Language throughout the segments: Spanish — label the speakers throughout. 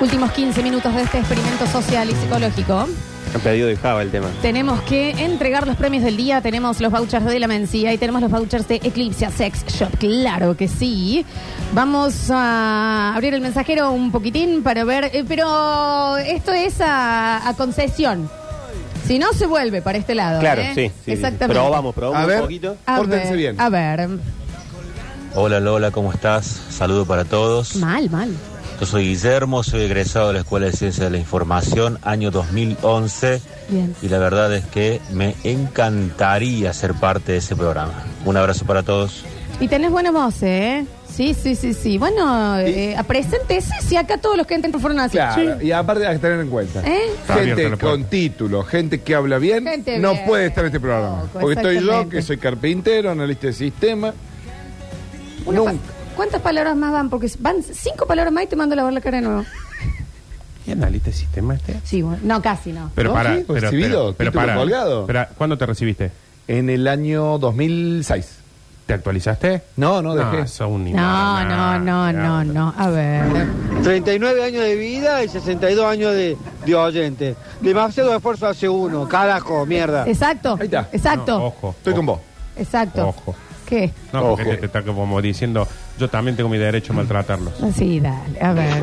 Speaker 1: Últimos 15 minutos de este experimento social y psicológico.
Speaker 2: Han pedido de Java el tema.
Speaker 1: Tenemos que entregar los premios del día. Tenemos los vouchers de la Mencía y tenemos los vouchers de Eclipse Sex Shop. Claro que sí. Vamos a abrir el mensajero un poquitín para ver. eh, pero esto es a, a concesión. Si no, se vuelve para este lado.
Speaker 2: Claro,
Speaker 1: ¿eh?
Speaker 2: sí, sí, sí.
Speaker 1: Exactamente.
Speaker 2: Probamos, probamos
Speaker 3: A
Speaker 2: un
Speaker 3: ver.
Speaker 2: poquito.
Speaker 1: A
Speaker 3: Pórtense
Speaker 1: ver,
Speaker 3: bien.
Speaker 1: A ver.
Speaker 4: Hola Lola, ¿cómo estás? Saludo para todos.
Speaker 1: Mal, mal.
Speaker 4: Yo soy Guillermo, soy egresado de la Escuela de Ciencias de la Información, año 2011.
Speaker 1: Bien.
Speaker 4: Y la verdad es que me encantaría ser parte de ese programa. Un abrazo para todos.
Speaker 1: Y tenés buena voz, ¿eh? Sí, sí, sí, sí. Bueno, eh, preséntese si acá todos los que entran fueron así.
Speaker 3: Claro,
Speaker 1: Sí.
Speaker 3: y aparte hay que tener en cuenta.
Speaker 1: ¿Eh?
Speaker 5: Está abierta
Speaker 3: Gente
Speaker 5: la puerta.
Speaker 3: con título, gente que habla bien,
Speaker 1: Gente
Speaker 3: no
Speaker 1: bien.
Speaker 3: puede estar en este programa.
Speaker 1: Loco,
Speaker 3: Porque estoy yo,
Speaker 1: exactamente.
Speaker 3: que soy carpintero, analista de sistema.
Speaker 1: Una
Speaker 3: Nunca.
Speaker 1: pa- ¿Cuántas palabras más van? Porque van cinco palabras más y te mando a lavar la cara de nuevo.
Speaker 2: ¿Y analista de sistema este?
Speaker 1: Sí, bueno. No, casi no.
Speaker 5: Pero
Speaker 3: ¿No?
Speaker 5: para,
Speaker 3: Sí,
Speaker 5: pero,
Speaker 3: recibido,
Speaker 5: pero, pero
Speaker 3: título
Speaker 5: para,
Speaker 3: colgado.
Speaker 5: Pero, ¿Cuándo te recibiste?
Speaker 3: En el año 2006.
Speaker 5: ¿Te actualizaste?
Speaker 3: No,
Speaker 5: Ah,
Speaker 3: no, dejé.
Speaker 5: sos un
Speaker 1: No,
Speaker 5: imán,
Speaker 1: no, no, no, no. A ver.
Speaker 6: 39 años de vida y 62 años de, de oyente. Demasiado esfuerzo hace uno, carajo, mierda.
Speaker 1: Exacto.
Speaker 3: Ahí está.
Speaker 1: Exacto.
Speaker 5: No, ojo.
Speaker 3: Estoy con vos.
Speaker 1: Exacto.
Speaker 5: Ojo.
Speaker 1: ¿Qué?
Speaker 5: No, porque
Speaker 3: Ojo.
Speaker 5: te, te está como diciendo, yo también tengo mi derecho a maltratarlos.
Speaker 1: Sí, dale. A ver.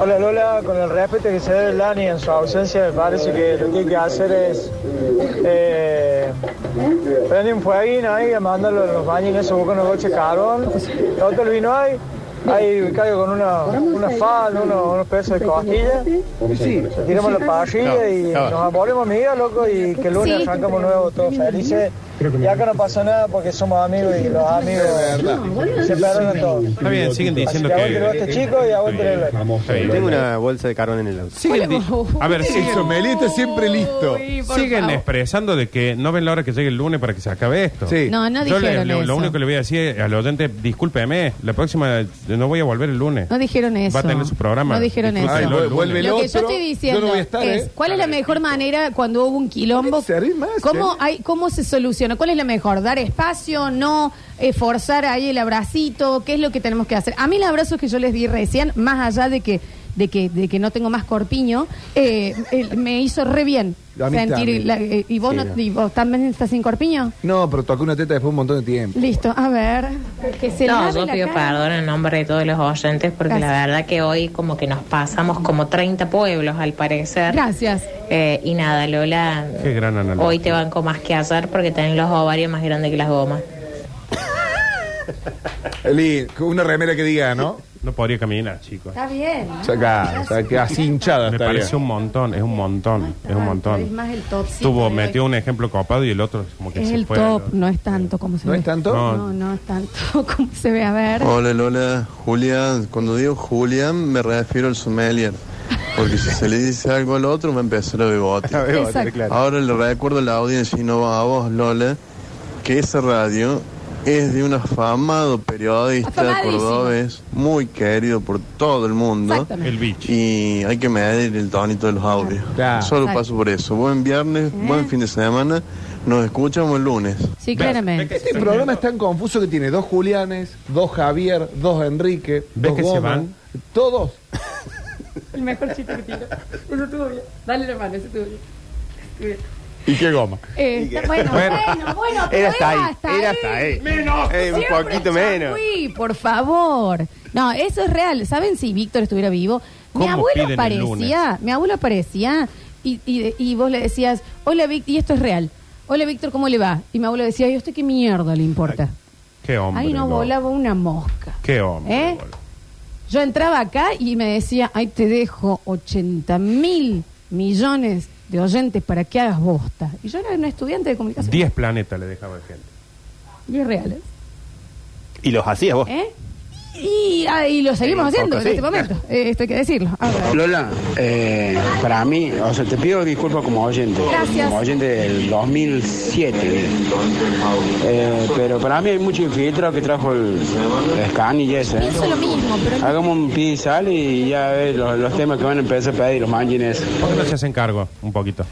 Speaker 7: Hola Lola, con el respeto que se debe Lani en su ausencia, me parece que lo que hay que hacer es eh, prender un fueguín ahí, mandarlo a los bañines, se busca unos coches de carbón. Total vino ahí, ahí caigo con una, una falda, uno- unos pesos de costilla, tiramos la parrilla y nos volvemos amigas, loco, y que el lunes
Speaker 1: Sí.
Speaker 7: arrancamos nuevo todos felices. Y acá no pasa nada porque somos amigos y los amigos se perdonan todos.
Speaker 5: Está bien, siguen
Speaker 7: Así
Speaker 5: diciendo
Speaker 7: que a vos te lo
Speaker 5: que...
Speaker 7: este chico y a vos te lo
Speaker 5: Está bien. Está bien.
Speaker 2: Tengo una bolsa de carbón en el auto.
Speaker 5: Siguen di-
Speaker 1: Hola,
Speaker 5: a ver,
Speaker 1: vos.
Speaker 5: siguen,
Speaker 3: El sommelier está este siempre Oh. listo.
Speaker 1: Uy, por
Speaker 5: siguen
Speaker 1: favor.
Speaker 5: expresando de que no ven la hora que llegue el lunes para que se acabe esto.
Speaker 3: Sí.
Speaker 1: No, no
Speaker 5: Yo le-
Speaker 1: dijeron
Speaker 5: le-
Speaker 1: eso.
Speaker 5: lo único que le voy a decir al oyente, discúlpeme, la próxima eh, no voy a volver el lunes.
Speaker 1: No dijeron eso.
Speaker 5: Va a tener su programa.
Speaker 1: No dijeron eso.
Speaker 5: Disfrútenlo el
Speaker 3: Ay,
Speaker 5: lunes.
Speaker 3: vuelve
Speaker 1: Lo que yo
Speaker 3: otro,
Speaker 1: estoy diciendo
Speaker 3: yo no voy a estar,
Speaker 1: es,
Speaker 3: ¿eh?
Speaker 1: ¿cuál es la mejor manera cuando hubo un quilombo?
Speaker 3: No te servís más,
Speaker 1: ¿Cómo,
Speaker 3: ¿eh?
Speaker 1: hay, ¿Cómo se soluciona? ¿Cuál es la mejor? ¿Dar espacio? ¿No? Eh, ¿Forzar ahí el abracito? ¿Qué es lo que tenemos que hacer? A mí el abrazo que yo les di recién, más allá de que de que, de que no tengo más corpiño, eh, eh, me hizo re bien
Speaker 3: A mí
Speaker 1: sentir...
Speaker 3: también.
Speaker 1: la- eh, ¿y, vos
Speaker 2: Sí,
Speaker 1: no-
Speaker 2: no.
Speaker 1: ¿Y vos también estás sin corpiño?
Speaker 3: No, pero toqué una teta después de un montón de tiempo.
Speaker 1: Listo, a ver. Que se
Speaker 8: No,
Speaker 1: lave
Speaker 8: yo
Speaker 1: la
Speaker 8: pido
Speaker 1: cara.
Speaker 8: perdón en nombre de todos los oyentes porque la
Speaker 1: Gracias.
Speaker 8: verdad que hoy como que nos pasamos como 30 pueblos al parecer.
Speaker 1: Gracias.
Speaker 8: Eh, y nada, Lola,
Speaker 5: Qué gran analogía.
Speaker 8: hoy te banco más que ayer porque tenés los ovarios más grandes que las gomas.
Speaker 3: Eli, una remera que diga, ¿no?
Speaker 5: No podría caminar, chicos.
Speaker 1: Está bien. ¿no?
Speaker 3: Saca, saca, así hinchada.
Speaker 5: Me
Speaker 3: está
Speaker 5: parece
Speaker 3: bien.
Speaker 5: un montón, es un montón, es un
Speaker 1: Es
Speaker 5: montón.
Speaker 1: más el top.
Speaker 5: Estuvo, metió un ejemplo copado y el otro como que
Speaker 1: Es
Speaker 5: se
Speaker 1: el
Speaker 5: fue.
Speaker 1: top, no es tanto como se
Speaker 3: ¿No
Speaker 1: ve.
Speaker 3: es tanto?
Speaker 5: No.
Speaker 1: No, no es tanto como se ve. A ver.
Speaker 2: Oh,
Speaker 9: Hola Lola, Julián. Cuando digo Julián me refiero al sommelier. Porque si se le dice algo al otro va a empezar a
Speaker 2: A
Speaker 3: Ah,
Speaker 9: bebotear.
Speaker 2: ver,
Speaker 1: Exacto.
Speaker 2: vale, claro.
Speaker 9: Ahora le recuerdo a la audiencia y no a vos, Lola, que esa radio es de un afamado periodista
Speaker 1: Afamadísimo.
Speaker 9: cordobés muy querido por todo el mundo.
Speaker 1: Exactamente.
Speaker 5: El bicho.
Speaker 9: Y hay que medir el tonito de los audios.
Speaker 3: Claro.
Speaker 9: Solo
Speaker 1: Exacto. Eh.
Speaker 9: paso por eso. Buen viernes, buen fin de semana. Nos escuchamos el lunes.
Speaker 1: Sí,
Speaker 5: ¿Ves?
Speaker 1: claramente.
Speaker 5: ¿Ves que-
Speaker 3: Este programa es tan confuso que tiene dos Julianes, dos Javier, dos Enrique,
Speaker 5: ¿Ves
Speaker 3: dos
Speaker 5: que se
Speaker 3: Goma,
Speaker 5: van?
Speaker 3: Todos.
Speaker 1: El mejor chiste que tiro. Uno tuvo bien. Dale la mano, ese tuvo bien.
Speaker 3: ¿Y qué Goma?
Speaker 1: Eh, bueno, bueno,
Speaker 5: Bueno.
Speaker 1: bueno, pero
Speaker 2: Era hasta
Speaker 1: era
Speaker 2: ahí, era hasta ahí. Menos. un
Speaker 1: Siempre
Speaker 2: poquito menos.
Speaker 1: Uy, por favor. No, eso es real. ¿Saben si Víctor estuviera vivo? Mi
Speaker 5: ¿Cómo
Speaker 1: abuelo
Speaker 5: piden el
Speaker 1: parecía,
Speaker 5: lunes?
Speaker 1: mi abuelo parecía y, y, y vos le decías, hola Víctor, y esto es real. Hola Víctor, ¿cómo le va? Y mi abuelo decía, ¿y a usted qué mierda le importa?
Speaker 5: Qué hombre.
Speaker 1: Ahí no
Speaker 5: loco.
Speaker 1: volaba una mosca.
Speaker 5: Qué hombre.
Speaker 1: ¿Eh?
Speaker 5: loco.
Speaker 1: Yo entraba acá y me decía, ahí te dejo 80 mil millones de oyentes para que hagas bosta. Y yo era una estudiante de comunicación.
Speaker 5: Diez planetas le dejaba de gente.
Speaker 1: Diez reales.
Speaker 2: Y los hacías vos.
Speaker 1: ¿Eh? Y, ah, y lo seguimos
Speaker 2: Sí,
Speaker 1: haciendo en
Speaker 2: un poco, sí,
Speaker 1: este momento. Eh, esto hay que decirlo. A ver.
Speaker 10: Lola, eh, para mí, o sea, te pido disculpas como oyente,
Speaker 1: Gracias.
Speaker 10: como oyente del 2007, eh, pero para mí hay mucho infiltrado que trajo el, el scan y eso. ¿eh?
Speaker 1: Pienso lo mismo, pero
Speaker 10: Hagamos un pi y sal y ya ves los, los temas que van a empezar a pedir los mangines.
Speaker 5: ¿Por qué no se hacen cargo un poquito?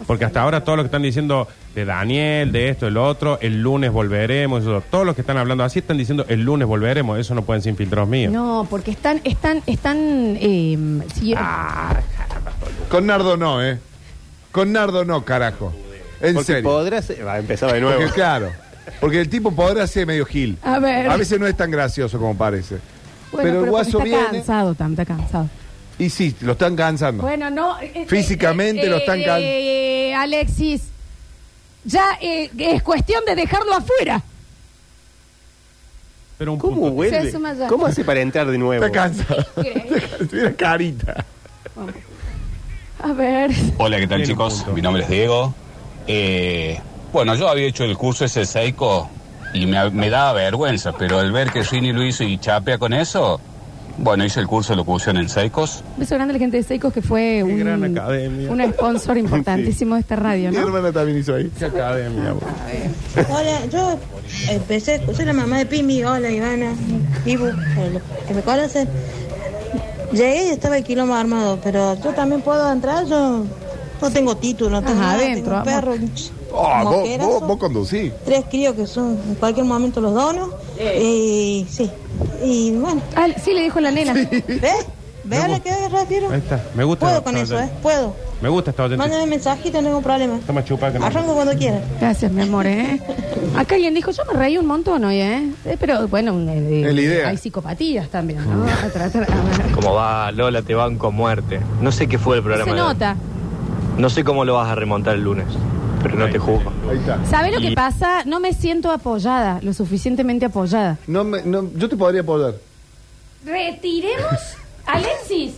Speaker 1: o
Speaker 5: Porque hasta ahora todos los que están diciendo de Daniel, de esto, el otro, el lunes volveremos, eso, todos los que están hablando así están diciendo el lunes volveremos, eso no pueden ser infiltrados míos.
Speaker 1: No, porque están, están, están. eh, si-
Speaker 5: Ah,
Speaker 3: Con Nardo no, ¿eh? Con Nardo no, carajo. En
Speaker 2: Porque
Speaker 3: serio.
Speaker 2: podrá ser- Va, empezaba de nuevo.
Speaker 3: Porque, claro. Porque el tipo podrá ser medio gil.
Speaker 1: A ver.
Speaker 3: A veces no es tan gracioso como parece.
Speaker 1: Bueno,
Speaker 3: pero el
Speaker 1: porque
Speaker 3: guaso
Speaker 1: está
Speaker 3: viene.
Speaker 1: cansado, Tam, está cansado.
Speaker 3: Y sí, lo están cansando.
Speaker 1: Bueno, no. eh, eh,
Speaker 3: Físicamente lo están cal-
Speaker 1: eh, Alexis, ya eh, es cuestión de dejarlo afuera.
Speaker 5: Pero un
Speaker 2: ¿Cómo
Speaker 5: punto-
Speaker 1: Se
Speaker 2: vuelve?
Speaker 1: suma ya.
Speaker 2: ¿Cómo hace para entrar de nuevo?
Speaker 3: Está cansado. Tiene una carita.
Speaker 1: A ver.
Speaker 11: Hola, ¿qué tal
Speaker 5: Tiene un
Speaker 11: chicos?
Speaker 5: punto.
Speaker 11: Mi nombre es Diego. Eh, bueno, yo había hecho el curso ese de Seiko y me, me daba vergüenza, pero al ver que Rini lo hizo y chapea con eso, bueno, hice el curso de locución en Seicos.
Speaker 1: Un beso grande a la gente de Seicos que fue un,
Speaker 5: gran academia.
Speaker 1: un sponsor importantísimo de esta radio,
Speaker 3: Mi
Speaker 1: ¿no?
Speaker 3: hermana también hizo ahí.
Speaker 9: Hola, yo empecé, soy la mamá de Pimi, hola Ivana, Ibu, los que me conocen. Llegué y estaba el quilombo armado, pero yo también puedo entrar, yo no tengo título, no tengo,
Speaker 1: Ajá,
Speaker 9: nada,
Speaker 1: adentro,
Speaker 9: tengo un
Speaker 1: vamos.
Speaker 9: perro, un
Speaker 3: Oh, vos,
Speaker 9: mosquerazo,
Speaker 3: vos, vos conducís.
Speaker 9: tres críos que son, en cualquier momento los dono, y sí, y bueno,
Speaker 1: Ah, sí, le dijo la nena.
Speaker 9: ¿ves? ¿Ves a lo que me refiero?
Speaker 5: Ahí está, me gusta.
Speaker 9: Puedo con
Speaker 5: No,
Speaker 9: eso,
Speaker 5: no.
Speaker 9: ¿eh? Puedo.
Speaker 5: Me gusta esta oyente.
Speaker 9: Mándame mensajito, no tengo problema.
Speaker 5: Está más chupada que no.
Speaker 9: Arranco cuando quieras.
Speaker 1: Gracias, mi amor, ¿eh? Acá alguien dijo, yo me reí un montón hoy, ¿eh? Eh, Pero, bueno, eh,
Speaker 3: Es la idea.
Speaker 1: hay psicopatías también, ¿no? A tratar, a ver.
Speaker 12: ¿Cómo va, Lola? Te banco a muerte. No sé qué fue el programa.
Speaker 1: Se
Speaker 12: de hoy.
Speaker 1: nota.
Speaker 12: No sé cómo lo vas a remontar el lunes, pero no te juzgo.
Speaker 3: Ahí está.
Speaker 1: ¿Sabe lo que
Speaker 12: Y-
Speaker 1: pasa? No me siento apoyada, lo suficientemente apoyada.
Speaker 3: No me- no, yo te podría poder.
Speaker 1: Retiremos, Alexis.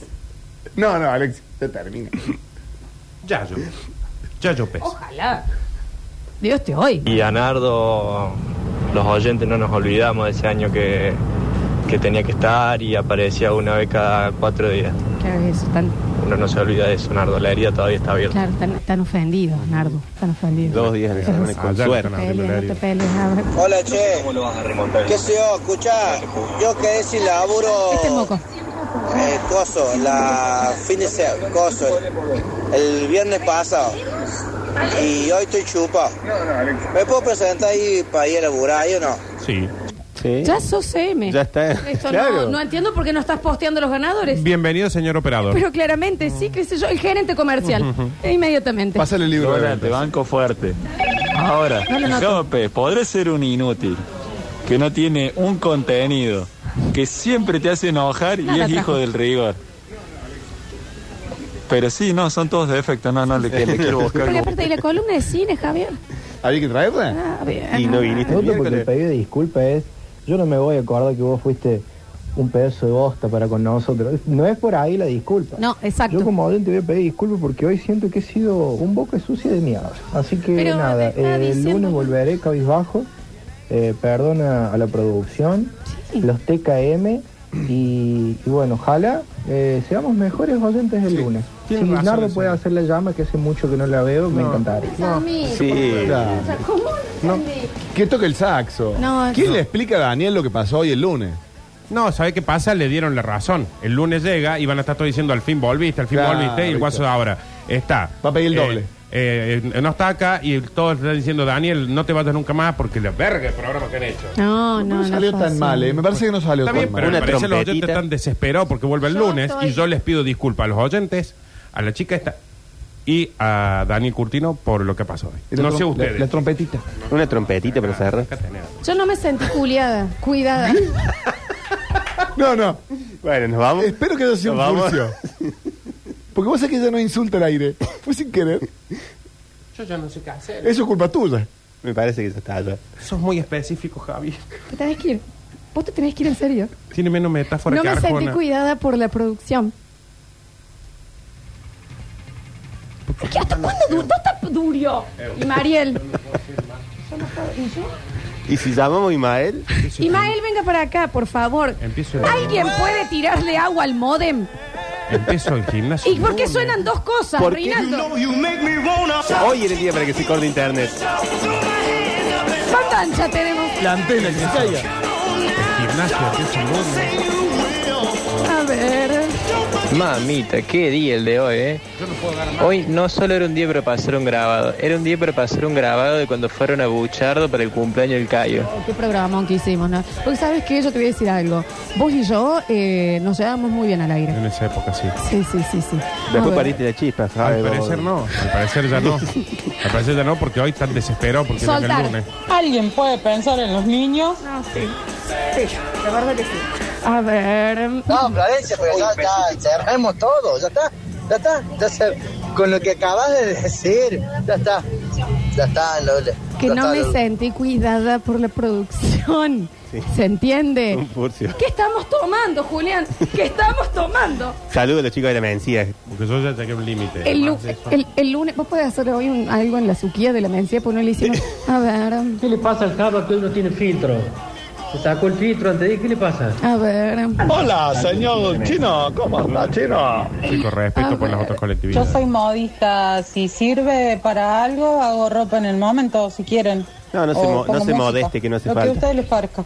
Speaker 3: No, no, Alex, te termina.
Speaker 5: Ya yo. Ya yo peso.
Speaker 1: Ojalá. Dios te oiga.
Speaker 12: Y a Nardo, los oyentes no nos olvidamos de ese año que, que tenía que estar y aparecía una vez cada cuatro días.
Speaker 1: Claro, eso, tan,
Speaker 12: Uno no se olvida de eso, Nardo. La herida todavía está abierta.
Speaker 1: claro, tan, tan ofendido, Nardo. Tan ofendido.
Speaker 2: Dos días de semana con
Speaker 5: ya
Speaker 2: suerte.
Speaker 5: que
Speaker 1: No te pelees, no te pelees, a ver.
Speaker 13: Hola, che.
Speaker 12: ¿Cómo lo vas a remontar?
Speaker 13: ¿Qué sé yo? Escuchá, yo quedé sin laburo.
Speaker 1: Este moco.
Speaker 13: eh, coso, la fin de semana, coso, el viernes pasado. Y hoy estoy chupado. ¿Me puedo presentar ahí para ir a laburar ahí o no?
Speaker 5: Sí.
Speaker 2: Sí.
Speaker 1: Ya sos CM.
Speaker 2: Ya está.
Speaker 1: Esto no,
Speaker 2: Claro.
Speaker 1: no entiendo por qué no estás posteando los ganadores.
Speaker 5: Bienvenido, señor operador.
Speaker 1: Pero claramente, sí, qué sé yo, el gerente comercial. E Inmediatamente.
Speaker 3: Pásale el libro. de
Speaker 14: Lola,
Speaker 3: ventas.
Speaker 14: te banco fuerte. Ahora,
Speaker 1: No lo noto.
Speaker 14: López, podrás ser un inútil que no tiene un contenido, que siempre te hace enojar y
Speaker 1: Nada
Speaker 14: es
Speaker 1: trajo.
Speaker 14: hijo del rigor. Pero sí, no, son todos defectos. No, no, le, le quiero buscar.
Speaker 1: Porque
Speaker 14: algo.
Speaker 1: aparte de la columna de cine, Javier.
Speaker 3: ¿Había que traerla?
Speaker 1: Ah, bien.
Speaker 2: Y no viniste el
Speaker 7: Otro porque el
Speaker 2: miércoles.
Speaker 7: pedido de disculpa es, yo no me voy a acordar que vos fuiste un pedazo de bosta para con nosotros. No es por ahí la disculpa.
Speaker 1: No, exacto.
Speaker 7: Yo como oyente voy a pedir disculpas porque hoy siento que he sido un boca sucia de mierda. Así que
Speaker 1: Pero me
Speaker 7: nada,
Speaker 1: está
Speaker 7: eh, el
Speaker 1: diciendo-
Speaker 7: lunes volveré cabizbajo. Eh, perdona a la producción, los TKM y, y bueno, ojalá eh, seamos mejores oyentes el lunes. Si
Speaker 3: tiene razón
Speaker 7: Nardo
Speaker 3: eso.
Speaker 7: puede hacer la llama, que hace mucho que no la veo, me
Speaker 3: No.
Speaker 7: encantaría.
Speaker 2: Sí.
Speaker 3: Claro.
Speaker 1: ¿Cómo?
Speaker 3: No. Que toque el saxo.
Speaker 1: No,
Speaker 3: ¿Quién
Speaker 1: no.
Speaker 3: le explica a Daniel lo que pasó hoy el lunes?
Speaker 5: No, ¿sabe qué pasa? Le dieron la razón. El lunes llega y van a estar todos diciendo al fin volviste, al fin
Speaker 3: Claro,
Speaker 5: volviste. Y el
Speaker 3: viste.
Speaker 5: guaso de ahora está.
Speaker 3: Va a pedir el
Speaker 5: Eh,
Speaker 3: doble.
Speaker 5: eh, eh, no está acá y todos están diciendo, Daniel, no te vayas nunca más porque la verga el programa que han hecho.
Speaker 1: No, no,
Speaker 3: No,
Speaker 1: no.
Speaker 3: salió
Speaker 1: fue
Speaker 3: tan
Speaker 1: así.
Speaker 3: mal, ¿eh? Me parece que no salió
Speaker 5: Está
Speaker 3: tan
Speaker 5: bien,
Speaker 3: mal.
Speaker 5: pero me
Speaker 2: Una
Speaker 5: parece que los
Speaker 2: trompetita.
Speaker 5: oyentes están desesperados porque vuelve el
Speaker 1: Yo
Speaker 5: lunes
Speaker 1: estoy-
Speaker 5: y yo les pido disculpas a los oyentes, a la chica esta y a Daniel Curtino por lo que pasó hoy.
Speaker 3: Y la
Speaker 5: No
Speaker 3: trom-
Speaker 5: sé
Speaker 3: La,
Speaker 5: ustedes.
Speaker 3: la trompetita.
Speaker 2: Una trompetita para cerrar.
Speaker 5: Acá tenés.
Speaker 1: Yo no me sentí culiada, cuidada.
Speaker 3: No, no.
Speaker 2: Bueno, nos vamos.
Speaker 3: Espero que no sea
Speaker 2: Nos
Speaker 3: un
Speaker 2: vamos.
Speaker 3: furcio. Porque vos sabés que ya no insulta el aire. Fue sin querer.
Speaker 5: Yo ya no sé qué hacer.
Speaker 3: Eso es culpa tuya.
Speaker 2: Me parece que ya está allá.
Speaker 5: Sos muy específico, Javi.
Speaker 1: Te tenés que ir. Vos te tenés que ir en serio.
Speaker 5: Tiene menos metáfora
Speaker 1: No
Speaker 5: que
Speaker 1: me sentí
Speaker 5: Arjona.
Speaker 1: cuidada por la producción. Es que hasta cuándo du- ¿Dónde Durio? Y Mariel.
Speaker 2: ¿Y si llamamos a Ismael?
Speaker 1: Ismael, venga para acá, por favor.
Speaker 5: Empiezo el,
Speaker 1: ¿Alguien puede tirarle agua al modem?
Speaker 5: empiezo el gimnasio.
Speaker 1: ¿Y por qué suenan dos cosas,
Speaker 2: Porque-
Speaker 1: Reinaldo?
Speaker 2: Hoy es el día para que se corte internet.
Speaker 1: Pandancha tenemos.
Speaker 3: La antena que se caiga.
Speaker 5: El gimnasio, que es un mundo.
Speaker 1: A ver.
Speaker 15: Mamita, qué día el de hoy, ¿eh? Hoy no solo era un día para pasar un grabado, era un día para pasar un grabado de cuando fueron a Buchardo para el cumpleaños del Cayo.
Speaker 1: Qué programón que hicimos, ¿no? Porque sabes que yo te voy a decir algo. Vos y yo eh, nos llevábamos muy bien al aire.
Speaker 5: En esa época sí.
Speaker 1: Sí, sí, sí, sí. A ver.
Speaker 2: Después pariste la chispa, ¿sabes?
Speaker 5: Al parecer no, al parecer ya no. Al parecer ya no, porque hoy están desesperados porque llega el
Speaker 16: Soltar.
Speaker 5: lunes.
Speaker 16: ¿Alguien puede pensar en los niños? No, sí.
Speaker 1: Sí, la verdad que sí. A ver.
Speaker 17: No, Florencia, pero ya está, cerremos todo, ya está, ya está, ya se- con lo que acabas de decir, ya está, ya está, Lola.
Speaker 1: Que
Speaker 17: ya
Speaker 1: no
Speaker 17: está,
Speaker 1: me
Speaker 17: Lola.
Speaker 1: sentí cuidada por la producción. ¿Se entiende?
Speaker 2: Un furcio.
Speaker 1: ¿Qué estamos tomando, Julián? ¿Qué estamos tomando?
Speaker 2: Saludos a los chicos de la mencía.
Speaker 5: Porque yo ya saqué un límite.
Speaker 1: El, lu-
Speaker 5: Además, eso.
Speaker 1: el- el lunes, vos podés hacer hoy un- algo en la suquía de la mencía, pues no le hicimos. A ver,
Speaker 18: ¿Qué le pasa al Java que hoy no tiene filtro? Se sacó el filtro antes de ir, ¿qué le pasa?
Speaker 1: a ver.
Speaker 18: Hola, señor
Speaker 5: Chino,
Speaker 18: ¿cómo anda, Chino?
Speaker 5: Chicos, respeto por las
Speaker 19: Yo
Speaker 5: otras colectividades.
Speaker 19: soy modista. Si sirve para algo, hago ropa en el momento, si quieren.
Speaker 2: No, no se
Speaker 19: O
Speaker 2: mo- no
Speaker 19: pongo
Speaker 2: se
Speaker 19: música.
Speaker 2: modeste, que no hace
Speaker 19: Lo
Speaker 2: falta.
Speaker 19: que a ustedes les parezca.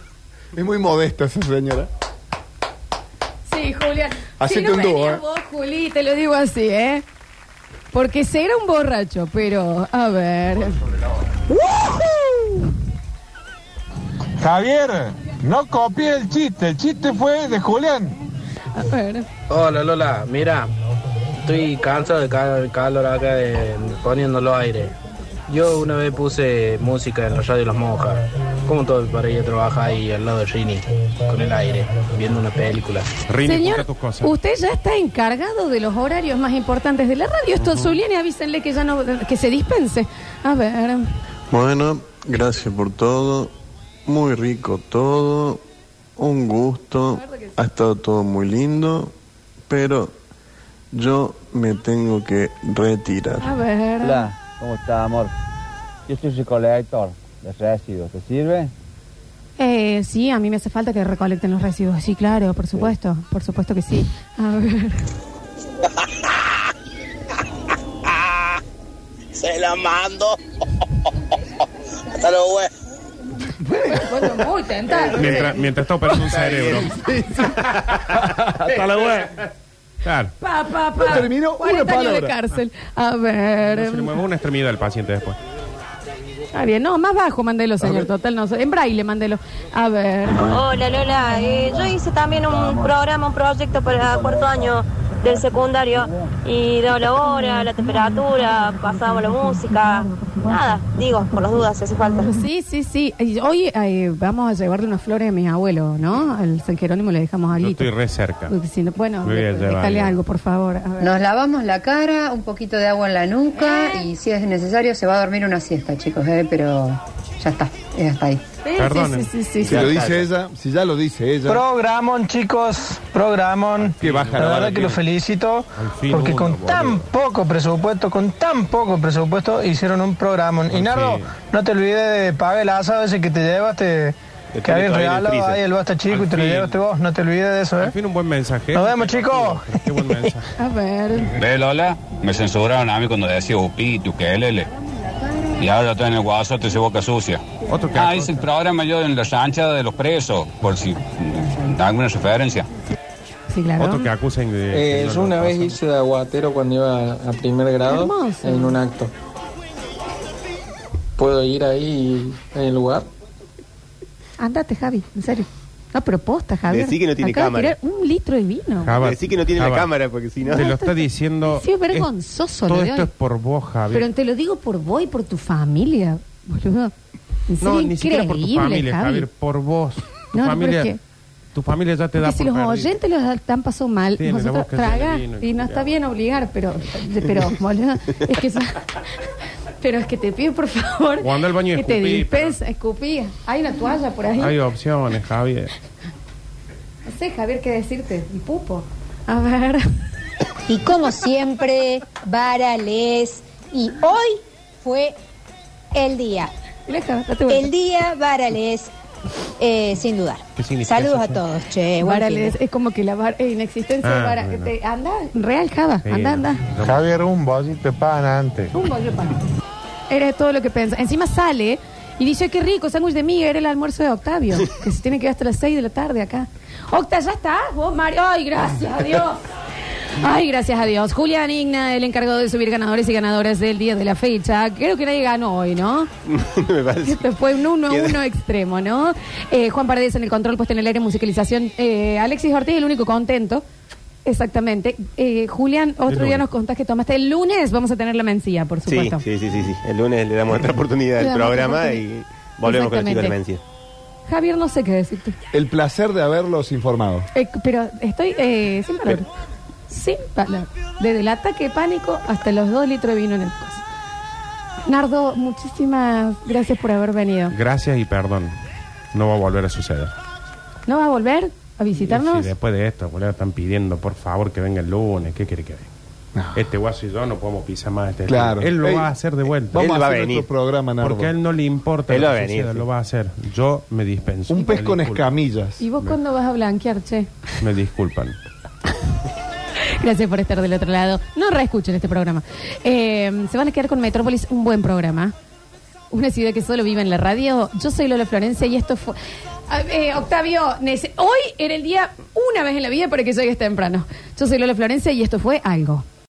Speaker 3: Es muy modesta esa señora.
Speaker 1: Sí, Julián.
Speaker 3: Hacete
Speaker 1: si no
Speaker 3: un dúo,
Speaker 1: venías
Speaker 3: ¿eh?
Speaker 1: vos, Juli, te lo digo así, ¿eh? Porque se era un borracho, pero a ver. ¡Woohoo!
Speaker 20: Javier, no copié el chiste, el chiste fue de Julián.
Speaker 1: A ver.
Speaker 12: Hola Lola, mira, estoy cansado de ca- calor acá de- poniéndolo aire. Yo una vez puse música en la radio Las Monjas. Como todo para ir a trabajar ahí al lado de Rini, con el aire, viendo una película.
Speaker 1: Señor, usted ya está encargado de los horarios más importantes de la radio. Esto, Julián, y avísenle que ya no, que se dispense. A ver.
Speaker 9: Bueno, gracias por todo. Muy rico todo. Un gusto. Ha estado todo muy lindo. Pero yo me tengo que retirar.
Speaker 1: A ver.
Speaker 12: Hola, Ah, ¿cómo está, amor? Yo soy recolector de residuos, ¿te sirve?
Speaker 1: Eh, sí, a mí me hace falta que recolecten los residuos. Sí, claro, por supuesto. Por supuesto que sí. A ver.
Speaker 17: Se la mando. Hasta luego, eh. güey.
Speaker 1: Bueno, muy tentado.
Speaker 5: Mientras, mientras está operando un cerebro. Hasta la web. Claro.
Speaker 1: Pa, pa, pa.
Speaker 3: Terminó una
Speaker 1: 40 años de
Speaker 5: palabra.
Speaker 1: cárcel. A ver.
Speaker 5: No se le mueve una extremidad al paciente después.
Speaker 1: Está bien, no, más bajo, mandelo, señor. Total, no sé. En braille, mandelo. A ver.
Speaker 21: Hola Lola, Eh, yo hice también un programa, un proyecto para cuarto año del secundario y de la hora, la temperatura, pasábamos la música, nada, digo, por las dudas si hace falta.
Speaker 1: Sí, sí, sí. Y Hoy eh, vamos a llevarle unas flores a mis abuelos, ¿no? Al San Jerónimo le dejamos
Speaker 5: Yo
Speaker 1: algo.
Speaker 5: estoy re cerca.
Speaker 1: bueno,
Speaker 5: Voy a
Speaker 1: le-
Speaker 5: llevar
Speaker 1: déjale
Speaker 5: algo.
Speaker 1: algo, por favor. A ver.
Speaker 22: Nos lavamos la cara, un poquito de agua en la nuca
Speaker 21: Eh.
Speaker 22: y si es necesario se va a dormir una siesta, chicos, ¿eh? pero ya está, eh, hasta ahí.
Speaker 3: Perdonen. Si lo dice
Speaker 12: está.
Speaker 3: ella, si ya lo dice ella.
Speaker 12: Programón, chicos, programón.
Speaker 3: Qué baja la
Speaker 12: la
Speaker 3: vara
Speaker 12: verdad
Speaker 3: que
Speaker 12: que lo
Speaker 3: es.
Speaker 12: felicito
Speaker 3: fin
Speaker 12: porque
Speaker 3: uno,
Speaker 12: con
Speaker 3: boludo.
Speaker 12: tan poco presupuesto, con tan poco presupuesto hicieron un programón. Y Nardo, no te olvides de pagar el asado ese que te llevaste,
Speaker 5: tiene
Speaker 12: que
Speaker 5: todavía en
Speaker 12: habías
Speaker 5: el
Speaker 12: regalado
Speaker 5: freezer.
Speaker 12: ahí el basta chico
Speaker 5: Al
Speaker 12: y te lo
Speaker 5: fin.
Speaker 12: llevaste vos. No te olvides de eso, ¿eh?
Speaker 5: Tiene un buen mensaje.
Speaker 12: Nos vemos, chicos.
Speaker 5: Qué buen mensaje.
Speaker 1: A ver.
Speaker 23: ¿Ves, Lola? Me censuraron a mí cuando decía Upi, tu QLL. Y ahora estoy en el guaso, te este boca sucia. ah, hice el programa yo en la sancha de los presos, por si mm, alguna referencia.
Speaker 1: Sí, claro.
Speaker 5: Otro que acusen de.
Speaker 12: Eh,
Speaker 5: que no
Speaker 12: yo una
Speaker 5: lo
Speaker 12: vez
Speaker 5: pasan.
Speaker 12: hice de aguatero cuando iba a primer grado
Speaker 1: Hermoso.
Speaker 12: en un acto. ¿Puedo ir ahí en el lugar?
Speaker 1: Andate, Javi, en serio. No, pero posta, Javi.
Speaker 5: Decí que no tiene
Speaker 1: Acaba de
Speaker 5: cámara.
Speaker 1: tirar un litro de vino.
Speaker 5: Java,
Speaker 2: Ah, Decí que no tiene la
Speaker 5: Java,
Speaker 2: cámara, porque si no-
Speaker 5: Ah, Te lo está diciendo.
Speaker 1: Sí, es
Speaker 5: es-
Speaker 1: vergonzoso lo
Speaker 5: Todo
Speaker 1: de
Speaker 5: esto
Speaker 1: hoy.
Speaker 5: es por vos, Javier.
Speaker 1: Pero te lo digo por vos y por tu familia, boludo. En serio,
Speaker 5: No, ni siquiera por tu
Speaker 1: increíble,
Speaker 5: familia,
Speaker 1: Javi.
Speaker 5: Javier, por vos. Tu
Speaker 1: No, no,
Speaker 5: familia,
Speaker 1: pero es que-
Speaker 5: tu familia ya te da
Speaker 1: Porque si
Speaker 5: por
Speaker 1: los
Speaker 5: perdida.
Speaker 1: oyentes los han pasado mal,
Speaker 5: Tiene la
Speaker 1: nosotros
Speaker 5: boca llena
Speaker 1: traga
Speaker 5: de vino, el
Speaker 1: y no está bien obligar, pero, pero boludo, es que son- pero es que te pido por favor
Speaker 5: O anda al baño y
Speaker 1: que te
Speaker 5: escupí,
Speaker 1: dispensa, escupí. Hay una toalla por ahí.
Speaker 5: Hay opciones, Javier.
Speaker 1: No sé, Javier, qué decirte, mi pupo. A ver.
Speaker 24: Y como siempre, varales. Y
Speaker 1: Ah,
Speaker 24: hoy fue el día. El día varales, eh, sin dudar.
Speaker 1: ¿Qué significa
Speaker 24: Saludos
Speaker 1: eso,
Speaker 24: a
Speaker 1: che?
Speaker 24: todos, che. buen
Speaker 1: Varal
Speaker 24: fin de
Speaker 1: es, es como que la var- eh, inexistencia
Speaker 24: Ah,
Speaker 1: de vara-
Speaker 24: bueno.
Speaker 1: te- anda, real Java,
Speaker 24: Sí.
Speaker 1: anda, anda.
Speaker 20: Javier, un te pagan antes.
Speaker 1: Un bollo para. Era todo lo que pensaba. Encima sale Y dice, qué rico, sándwich de miga, era el almuerzo de Octavio, que se tiene que ir hasta las 6 de la tarde acá. Octa, ¿ya estás vos, Mario? Ay, gracias a Dios. Ay, gracias a Dios. Julián Igna, el encargado de subir ganadores y ganadoras del día de la fecha. Creo que nadie ganó hoy, ¿no?
Speaker 2: Me parece.
Speaker 1: Esto fue un uno a
Speaker 2: Queda-
Speaker 1: uno extremo, ¿no? Eh, Juan Paredes en el control, puesto en el aire, musicalización. Eh, Alexis Ortiz, el único contento. Exactamente. Eh, Julián, otro día
Speaker 2: lunes.
Speaker 1: nos contás que tomaste. El lunes vamos a tener la mencía, por
Speaker 2: Sí,
Speaker 1: supuesto.
Speaker 2: sí, sí, sí, sí. El lunes le damos otra oportunidad
Speaker 1: Le
Speaker 2: al
Speaker 1: damos otra
Speaker 2: programa
Speaker 1: oportunidad.
Speaker 2: y volvemos con los chicos de la
Speaker 1: Exactamente.
Speaker 2: mencía.
Speaker 1: Javier, no sé qué decirte.
Speaker 3: El placer de haberlos informado.
Speaker 1: Eh, pero estoy eh, sin palabras. Sin palabras. Desde el ataque de pánico hasta los dos litros de vino en el coso. Nardo, muchísimas gracias por haber venido.
Speaker 5: Gracias y perdón. No va a volver a suceder.
Speaker 1: ¿No va a volver a visitarnos?
Speaker 5: Si después de esto, boludo, están pidiendo, por favor, que venga el lunes. ¿Qué quiere que venga? Este guaso y yo no podemos pisar más este
Speaker 3: Claro.
Speaker 5: Él lo
Speaker 3: Ey,
Speaker 5: va a hacer de vuelta.
Speaker 3: Vamos
Speaker 5: Él
Speaker 3: a
Speaker 5: va
Speaker 3: hacer otro programa, Nardo.
Speaker 5: Porque a él no le importa
Speaker 3: Él
Speaker 5: lo
Speaker 3: va a
Speaker 5: que
Speaker 3: venir,
Speaker 5: suceda,
Speaker 3: sí.
Speaker 5: lo va a hacer. Yo me dispenso.
Speaker 3: Un pez
Speaker 5: Me
Speaker 3: con
Speaker 5: disculpan.
Speaker 3: escamillas.
Speaker 1: ¿Y vos cuándo vas a blanquear, che?
Speaker 5: Me disculpan.
Speaker 1: Gracias por estar del otro lado. No reescuchen este programa. Eh, se van a quedar con Metrópolis, un buen programa. Una ciudad que solo vive en la radio. Yo soy Lola Florencia y esto fue. Ah, eh, Octavio, nece- hoy era el día, una vez en la vida, para que llegues temprano. Yo soy Lola Florencia y esto fue algo.